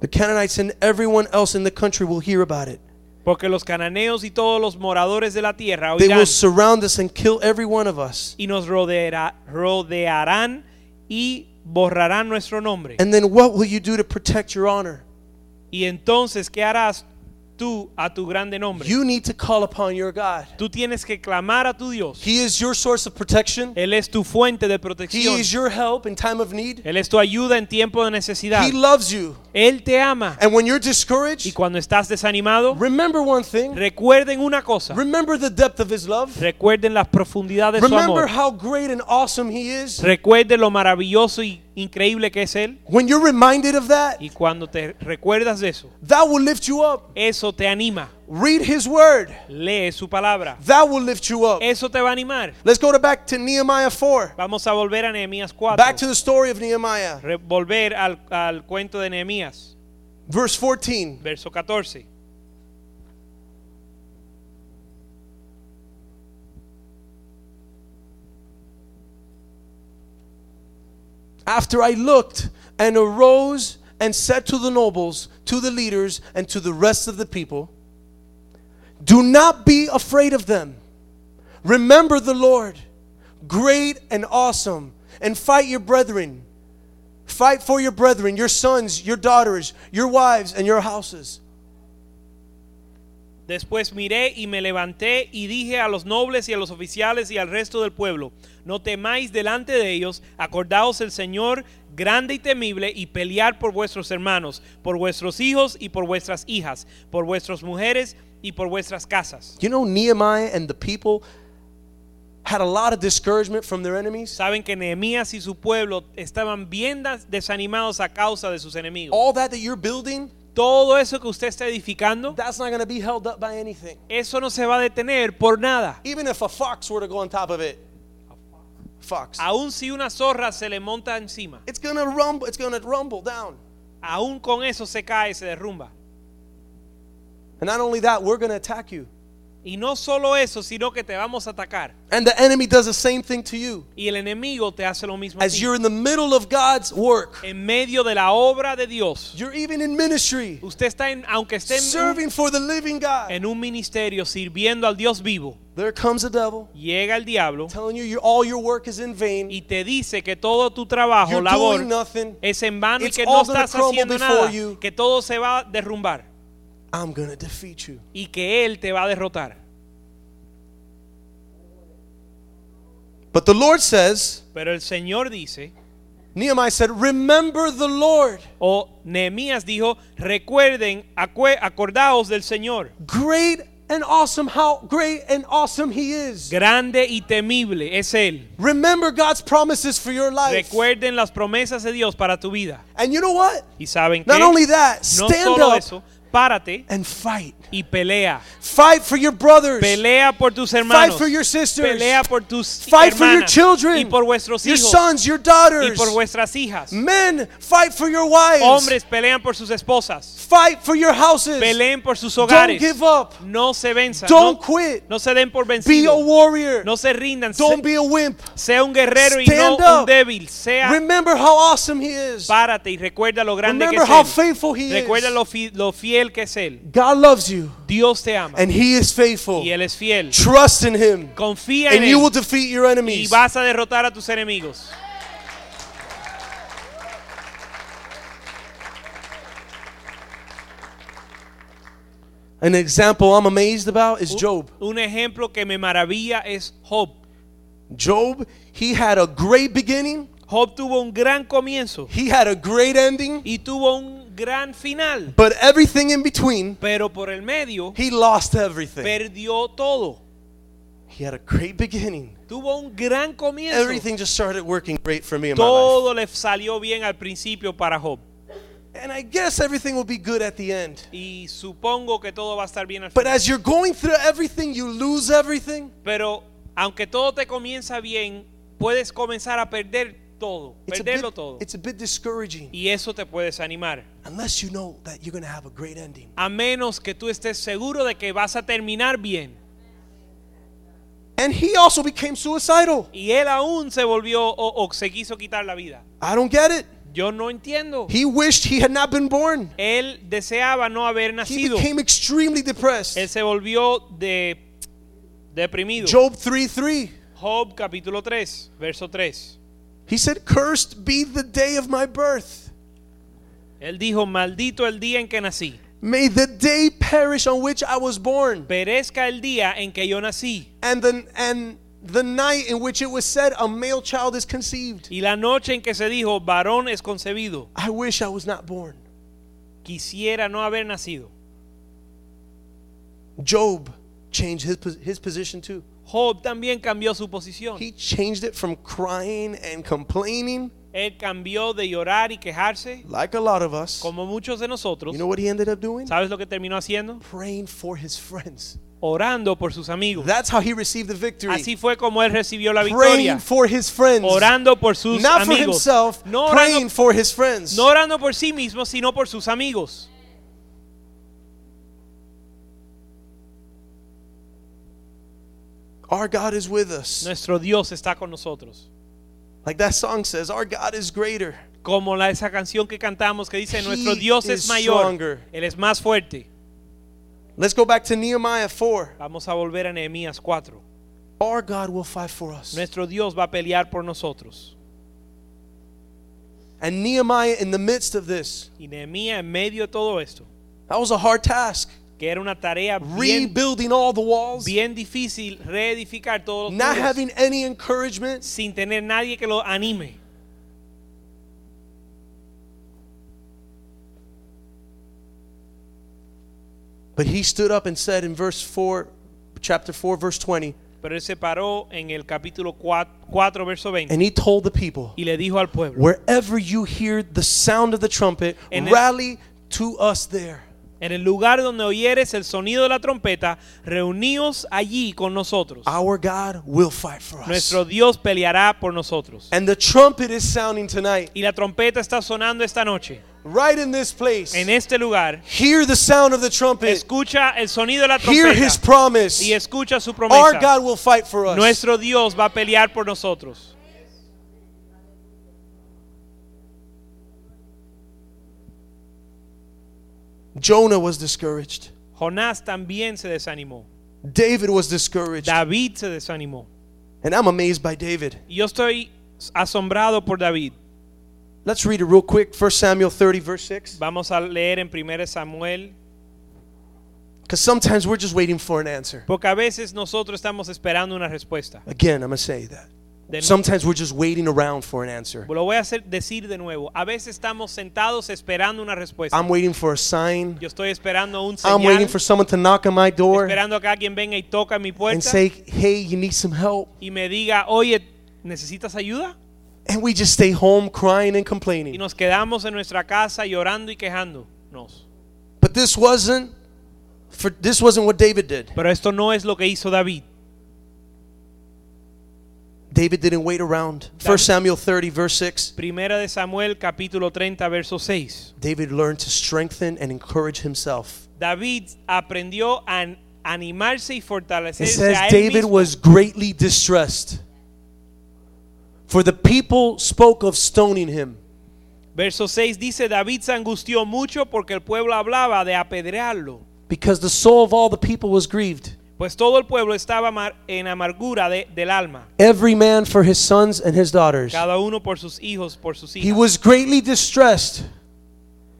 The Canaanites and everyone else in the country will hear about it. porque los cananeos y todos los moradores de la tierra They oirán will surround us and kill every one of us. y nos rodeará- rodearán y borrarán nuestro nombre. And then what will you do to protect your honor? Y entonces, ¿qué harás tú a tu grande nombre? You need to call upon your God. Tú tienes que clamar a tu Dios. He is your source of protection. Él es tu fuente de He protección. is your help in time of need. Él es tu ayuda en tiempo de necesidad. He loves you. Él te ama. And when you're Y discouraged, cuando estás desanimado, remember one thing. recuerden una cosa. Remember the depth of his love. Recuerden las profundidades de su Remember amor. how great and awesome he is. Recuerden lo maravilloso y increíble que es Él. When you're reminded of that, Y cuando te recuerdas de eso, that will lift you up. eso te anima. Read his word. Lee su palabra. That will lift you up. Eso te va a animar. Let's go to back to Nehemiah 4. Vamos a volver a Nehemías Back to 4. the story of Nehemiah. Re- Volver al, al cuento de Nehemías, Verse 14. verso 14. After I looked and arose and said to the nobles, to the leaders, and to the rest of the people, Do not be afraid of them. Remember the Lord, great and awesome, and fight your brethren. Fight for your brethren, your sons, your daughters, your wives, and your houses. Después miré y me levanté y dije a los nobles y a los oficiales y al resto del pueblo, no temáis delante de ellos, acordaos el Señor grande y temible y pelear por vuestros hermanos, por vuestros hijos y por vuestras hijas, por vuestras mujeres y por vuestras casas. You know, Nehemiah and the people had a lot of discouragement from their enemies. Saben que Nehemías y su pueblo estaban bien das- desanimados a causa de sus enemigos. All that that you're building, Todo eso que usted está edificando, that's not going to be held up by anything. eso no se va a detener por nada. Even if a fox were to go on top of it, fox, Aun si una zorra se le monta encima. it's gonna rumble. It's gonna rumble down. aún con eso se cae, se derrumba. And not only that, we're gonna attack you. Y no solo eso, sino que te vamos a atacar. And the enemy does the same thing to you. Y el enemigo te hace lo mismo. a As ti. you're in the middle of God's work, En medio de la obra de Dios, you're even in ministry, usted está, en, aunque esté en un, serving for the living God. en un ministerio sirviendo al Dios vivo, There comes the devil llega el diablo telling you your, all your work is in vain. y te dice que todo tu trabajo, You're labor, doing nothing. es en vano y It's que all no gonna estás crumble haciendo before nada, you. que todo se va a derrumbar I'm gonna defeat you. y que Él te va a derrotar. But the Lord says, Pero el Señor dice, Nehemiah said, "Remember the Lord, o oh, Nehemías dijo, recuerden, acue- acordaos del Señor. great and awesome. How great and awesome He is." Grande y temible es Él. Remember God's promises for your life. Recuerden las promesas de Dios para tu vida. And you know what? Y saben que Not only that, no stand solo up eso, párate and fight. y pelea. Fight for your brothers. Pelea por tus Fight hermanos. for your sisters. Pelea por tus Fight for your hermanas children. y por vuestros your hijos sons, your y daughters. por vuestras hijas. Men, fight for your wives. Hombres pelean por sus esposas. Fight for your houses. Peleen por sus Don't hogares. give up. No se venzan. Don't no, quit. no se den por Be a vencidos. warrior. No se rindan. Don't Se- be a wimp. sea un guerrero y no Stand un up. débil. Sea Remember how awesome he is. Párate y recuerda lo grande Remember que how es él. faithful he Recuerda is. lo, fi- lo fiel que es él. God loves you Dios te ama and he is faithful. y él es fiel. Trust in him Confía en and él you will defeat your y enemies. vas a derrotar a tus enemigos. An example I'm amazed about Uh. is Job. Un ejemplo que me maravilla es Job. Job, he had a great beginning, Job tuvo un gran comienzo he had a great ending, y tuvo un gran final, but everything in between, pero por el medio he lost everything. perdió todo. He had a great beginning. Tuvo un gran comienzo. Everything just started working great for me in my life. Todo le salió bien al principio para Job And I guess everything will be good at the end. y supongo que todo va a estar bien al But final. as you're going through everything, you lose everything. Pero aunque todo te comienza bien, puedes comenzar a perder todo, It's a perderlo bit, todo. it's a bit discouraging Y eso te puede desanimar. unless you know that you're going to have a great ending. A menos que tú estés seguro de que vas a terminar bien. And he also became suicidal. Y él aún se volvió o, o se quiso quitar la vida. I don't get it. Yo no entiendo. He wished he had not been born. Él deseaba no haber He nacido. became extremely depressed. Él se volvió de deprimido. Job 3 3. Job capítulo 3, verso 3. He said, Cursed be the day of my birth. Él dijo, maldito el día en que nací. May the day perish on which I was born, Perezca el día en que yo nací and the, and the night in which it was said, A male child is conceived. y la noche en que se dijo, varón es concebido. I wish I was not born. Quisiera no haber nacido. Job changed his, pos- his position too. Job también cambió su posición. He changed it from crying and complaining, Él cambió de llorar y quejarse, like a lot of us. como muchos de nosotros. You know what he ended up doing? ¿Sabes lo que terminó haciendo? Praying for his friends. Orando por sus amigos. That's how he received the victory. Así fue como él recibió la Praying victoria. for his friends. Orando por sus Not for amigos. himself, no, praying orando, for his friends. no orando por sí mismo, sino por sus amigos. Our God is with us. Nuestro Dios está con nosotros. Like that song says, our God is greater. Como la, esa canción que cantamos que dice, He nuestro Dios es is mayor, stronger. Él es más fuerte. Let's go back to Nehemiah 4. Vamos a volver a Nehemías 4. Our God will fight for us. Nuestro Dios va a pelear por nosotros. And Nehemiah, in the midst of this, Y Nehemías en medio de todo esto, that was a hard task. que era una tarea bien, Rebuilding all the walls, bien difícil reedificar todos los not muros, having any encouragement. sin tener nadie que lo anime. But he stood up and said in verse 4, chapter 4, verse 20, Pero él se paró en el capítulo 4, 4, verso 20 and he told the people, y le dijo al pueblo, Wherever you hear the sound of the trumpet, En el- rally to us there. en el lugar donde oyeres el sonido de la trompeta, reuníos allí con nosotros. Our God will fight for us. Nuestro Dios peleará por nosotros. And the trumpet is sounding tonight, Y la trompeta está sonando esta noche. right in this place. En este lugar, Hear the sound of the trumpet. escucha el sonido de la Hear his trompeta promise. y escucha su Our promesa. God will fight for us. Nuestro Dios va a pelear por nosotros. Jonah was discouraged. Jonás también se desanimó. David was discouraged. David se desanimó. And I'm amazed by David. Y yo estoy asombrado por David. Let's read it real quick. 1 Samuel 30, verse 6. Vamos a leer en 1 Samuel, Because sometimes we're just waiting for an answer. porque a veces nosotros estamos esperando una respuesta. Again, I'm going to say that. De nu- Sometimes we're just waiting around for an answer. lo voy a hacer, decir de nuevo. A veces estamos sentados esperando una respuesta. I'm waiting for a sign. Yo estoy esperando un I'm señal, waiting for someone to knock on my door esperando a que alguien venga y toque mi and puerta say, hey, you need some help. y me diga, oye, ¿necesitas ayuda? And we just stay home crying and Y complaining. nos quedamos en nuestra casa llorando y quejándonos. But this wasn't for this wasn't what David did. Pero esto no es lo que hizo David. David didn't wait around. 1 Samuel 30, verse 6. Primera de Samuel capítulo 30 verso 6. David learned to strengthen and encourage himself. David aprendió a an- animarse y It fortalecerse says a él David mismo. was greatly distressed. For the people spoke of stoning him. Verso 6 dice David se angustió mucho porque el pueblo hablaba de apedrearlo, Because the soul of all the people was grieved, pues todo el pueblo estaba amar- en amargura de- del alma, every man for his sons and his daughters. cada uno por sus hijos, por sus He hijas. was greatly distressed.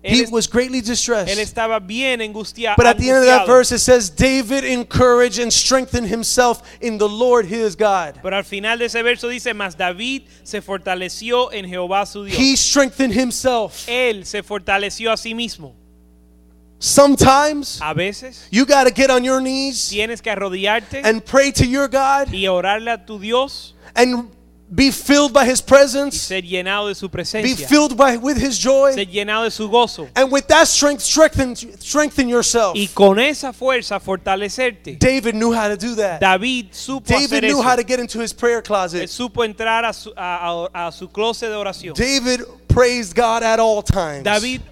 él, He es- was greatly él distressed. estaba bien angustia- angustiado. But at the end of that verse, it says, David encouraged and strengthened himself in the Lord his God. Pero al final de ese verso dice, mas David se fortaleció en Jehová su Dios. He strengthened himself. él se fortaleció a sí mismo. Sometimes A veces you got to get on your knees tienes que arrodillarte and pray to your God y orarle a tu Dios and be filled by his y presence, ser llenado de su be presencia, filled by, with his joy, ser llenado de su gozo. and with that strength, strengthen, strengthen yourself. Y con esa fuerza fortalecerte. David knew how to do that. David supo David hacer knew eso. how to get into his prayer Él closet. supo entrar a su, a, a- a su closet de oración. David praised God at all times. David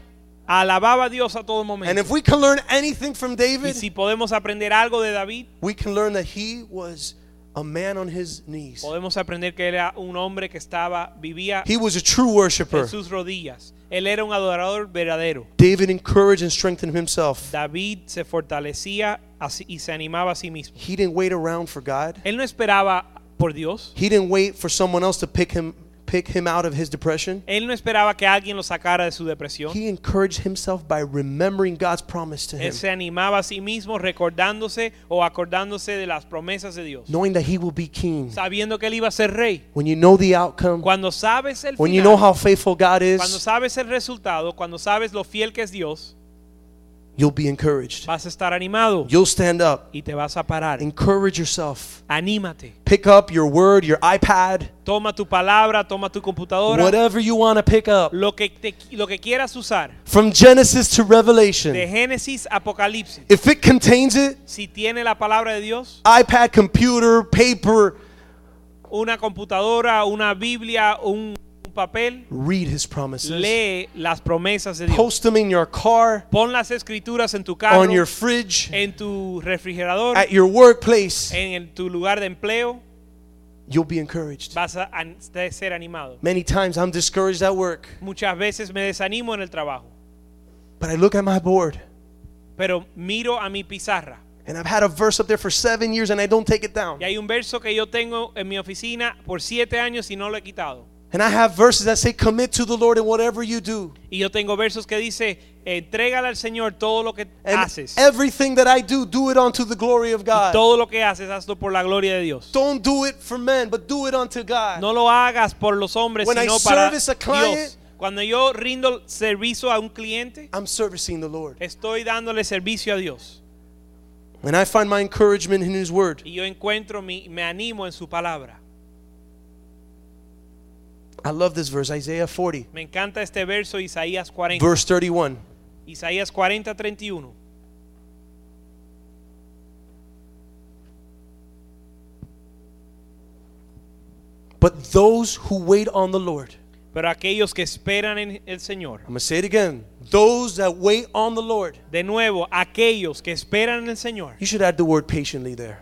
alababa a Dios a todo And momento. if we can learn anything from Y David, si podemos aprender algo de David, we can learn that he was a man on his knees. Podemos aprender que era un hombre que estaba vivía He was a true worshiper. en sus rodillas. Él era un adorador verdadero. David encouraged and strengthened himself. David se fortalecía a sí- y se animaba a sí mismo. He didn't wait around for God. Él no esperaba por Dios. He didn't wait for someone else to pick him pick him out of his depression. Él no esperaba que alguien lo sacara de su depresión. He encouraged himself by remembering God's promise to him, Él se animaba a sí mismo recordándose o acordándose de las promesas de Dios. knowing that he will be king. Sabiendo que él iba a ser rey. When you know the outcome, Cuando sabes el when you final, know how faithful God cuando is, sabes el resultado, cuando sabes lo fiel que es Dios, you'll be encouraged. vas a estar animado You'll stand up. y te vas a parar. Encourage yourself. Anímate. Pick up your word, your iPad, Toma tu palabra, toma tu computadora, whatever you want to pick up. lo que te- lo que quieras usar. From Genesis to De Revelation. Génesis a Apocalipsis. If it contains it, Si tiene la palabra de Dios, iPad, computer, paper, una computadora, una Biblia, un, un papel, read his promises. lee las promesas de Dios. Post them in your car, Pon las escrituras en tu carro, on your fridge, en tu refrigerador, at your workplace. en el- tu lugar de empleo. You'll be encouraged. Vas a an- de ser animado. Many times I'm discouraged at work, Muchas veces me desanimo en el trabajo, but I look at my board pero miro a mi pizarra. and I've had a verse up there for seven years and I don't take it down. Y hay un verso que yo tengo en mi oficina por siete años y no lo he quitado. And I have verses that say, Commit to the Lord in whatever you do. Y yo tengo versos que dice, entrégale al Señor todo lo que And haces. everything that I do, do it unto the glory of Y God. todo lo que haces, hazlo por la gloria de Dios. Don't do it for men, but do it unto God. No lo hagas por los hombres, Ah. When I sino para service a client- Dios. Cuando yo rindo servicio a un cliente, I'm servicing the Lord. estoy dándole servicio a Dios. And I find my encouragement in His Word. Y yo encuentro, mi, me animo en su palabra. I love this verse, Isaiah 40, Me encanta este verso, Isaías 40. verse 31. Isaías 40, 31. But those who wait on the Lord, Pero aquellos que esperan en el Señor. I'm going to say it again. Those that wait on the Lord, De nuevo, aquellos que esperan en el Señor you should add the word patiently there.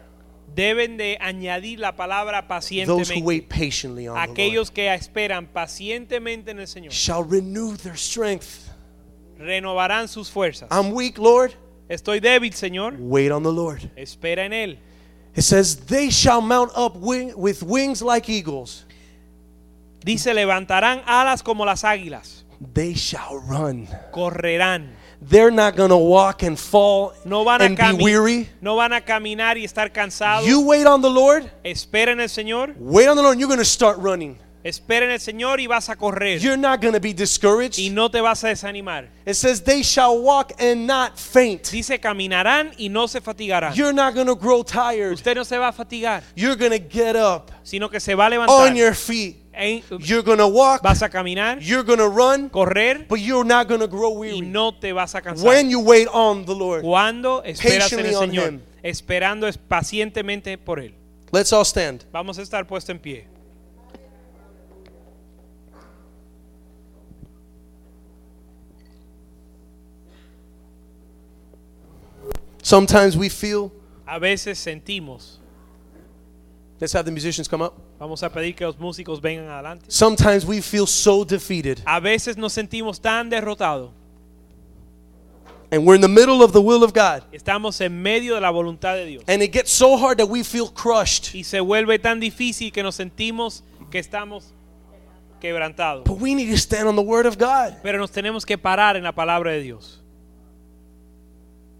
deben de añadir la palabra Those who pacientemente. wait patiently on the Lord Aquellos que esperan pacientemente en el Señor shall renew their strength. renovarán sus fuerzas. I'm weak, Lord. Estoy débil, Señor. Wait on the Lord. Espera en Él. It says, They shall mount up wing- with wings like eagles. Dice, levantarán alas como las águilas. They shall run. Correrán. They're not going to walk and fall No van, a and be cami- weary. no van a caminar y estar cansados. You wait on the Lord. Espera en el Señor. Wait on the Lord, and you're going to start running. Espera en el Señor y vas a correr. You're not going to be discouraged. y no te vas a desanimar. It says, They shall walk and not faint. Dice, caminarán y no se fatigarán. You're not going to grow tired. Usted no se va a fatigar, You're going to get up sino que se va a levantar. on your feet. En- You're going to walk. vas a caminar, You're going to run. correr But you're not going to grow y weary. no te vas a cansar. When you wait on the Lord. Cuando esperas en el Patiently on Señor, him. esperando es- pacientemente por Él. Let's all stand. Vamos a estar puesto en pie. Sometimes we feel. A veces sentimos, Let's have the musicians come up. vamos a pedir que los músicos vengan adelante. Sometimes we feel so defeated. A veces nos sentimos tan derrotados. And we're in the middle of the will of God. Estamos en medio de la voluntad de Dios. And it gets so hard that we feel crushed. Y se vuelve tan difícil que nos sentimos que estamos quebrantados. But we need to stand on the Word of God. Pero nos tenemos que parar en la palabra de Dios.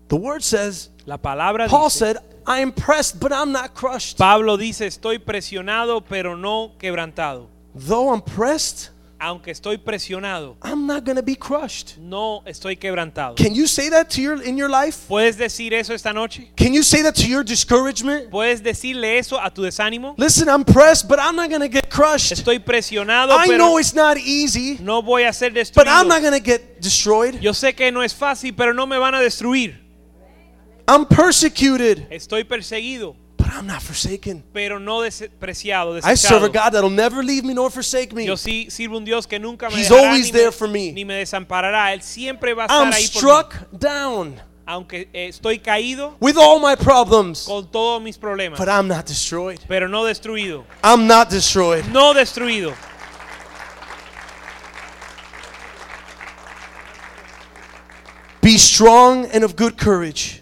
The Word says, La palabra de Paul Dios. said, I am pressed, but I'm not crushed. Pablo dice, estoy presionado pero no quebrantado. Though I'm pressed, Aunque estoy presionado, I'm not going to be crushed. no estoy quebrantado. Can you say that to your in your life? ¿Puedes decir eso esta noche? Can you say that to your discouragement? ¿Puedes decirle eso a tu desánimo? Listen, I'm pressed, but I'm not going to get crushed. Estoy presionado I pero know it's not easy, no voy a ser but I'm not destruido. going to get destroyed. Yo sé que no es fácil, pero no me van a destruir. I'm persecuted, Estoy perseguido, but I'm not forsaken. pero no despreciado, I serve a desechado. God that'll never leave me nor forsake me. Yo sí sirvo un Dios que nunca me He's dejará always ni, me, there for me. ni me desamparará. Él siempre va a estar I'm ahí por mí. struck down. aunque eh, estoy caído with all my problems, con todos mis problemas, but I'm not destroyed. pero no destruido, I'm not destroyed. no destruido. Be strong and of good courage.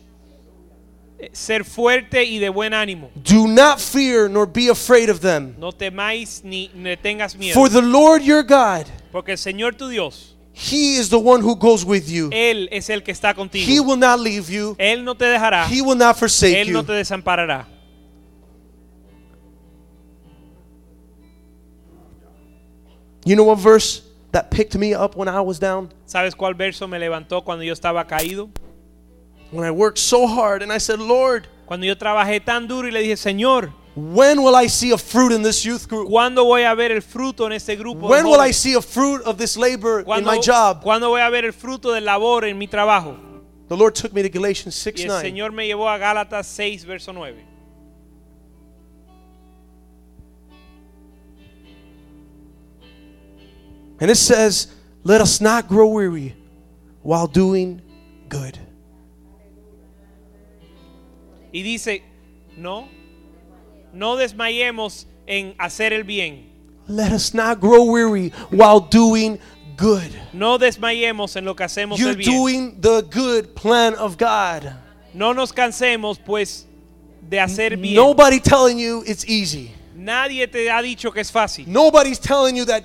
Eh, Ser fuerte y de buen ánimo. Do not fear nor be afraid of them. No temáis ni le tengas miedo, For the Lord your God, porque el Señor tu Dios, He is the one who goes with you. Él es el que está contigo. He will not leave you, Él no te dejará, He will not forsake Él no you. te desamparará. You know what verse that picked me up when I was down? ¿Sabes cuál verso me levantó cuando yo estaba caído? When I worked so hard and I said, Lord, Cuando yo trabajé tan duro y le dije, Señor, when will I see a fruit in this youth group? ¿cuándo voy a ver el fruto en este grupo? de When will I jóvenes? see a fruit of this labor in ¿Cuándo, my job? cuándo voy a ver el fruto del labor en mi trabajo? The Lord took me to Galatians 6 Y el 9. Señor me llevó a Gálatas 6, verso 9. And it says, Let us not grow weary while doing good. Y dice, no, no desmayemos en hacer el bien. Let us not grow weary while doing good. No desmayemos en lo que hacemos You're el bien. doing the good plan of God. No nos cansemos, pues, de hacer bien. Nobody telling you it's easy. Nadie te ha dicho que es fácil. Nobody's telling you that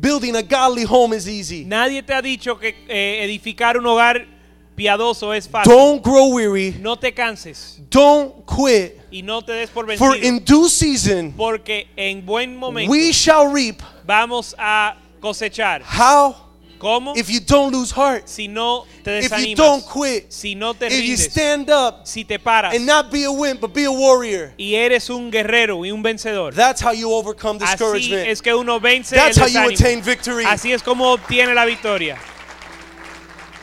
building a godly home is easy. Nadie te ha dicho que eh, edificar un hogar piadoso es fácil. Don't grow weary. No te canses Don't quit. y no te des por vencido. For in due season porque en buen momento we shall reap. vamos a cosechar. How? ¿Cómo? If you don't lose heart. si no te If you desanimas. don't quit. si no te If you rindes. stand up si te paras. and not be a wimp, but be a warrior. y eres un guerrero y un vencedor. That's how you overcome Así discouragement. es que uno vence That's how el you desánimo. attain victory. Así es como obtiene la victoria.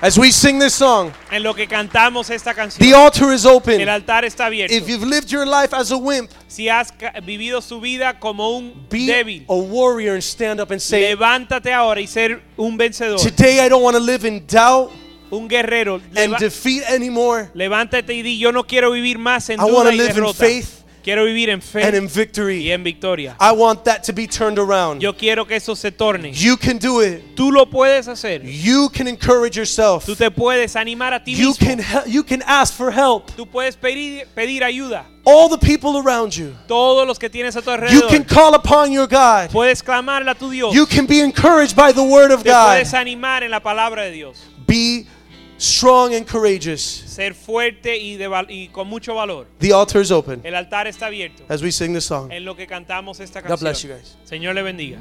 As we sing this song, En lo que cantamos esta canción. the altar is open. el altar está abierto. If you've lived your life as a wimp, si has ca- vivido su vida como un be débil, a warrior and stand up and say, levántate ahora y ser un vencedor, Today I don't want to live in doubt un guerrero. and Leva- defeat anymore levántate y di, yo no quiero vivir más en I wanna duda y live in derrota. faith quiero vivir en fe and in y victory. en victoria. I want that to be turned around. Yo quiero que eso se torne. You can do it. Tú lo puedes hacer. You can encourage yourself. Tú te puedes animar a ti You mismo. can he- you can ask for help. Tú puedes pedir, pedir ayuda. All the people around you. Todos los que tienes a tu You alrededor. can call upon your God. puedes clamarle a tu Dios. You can be encouraged by the word of te God. puedes animar en la palabra de Dios. Be strong and courageous. Ser fuerte y, de val- y con mucho valor. The altar is open El altar está abierto. as we sing this song. en lo que cantamos esta God canción. bless you guys. Señor le bendiga.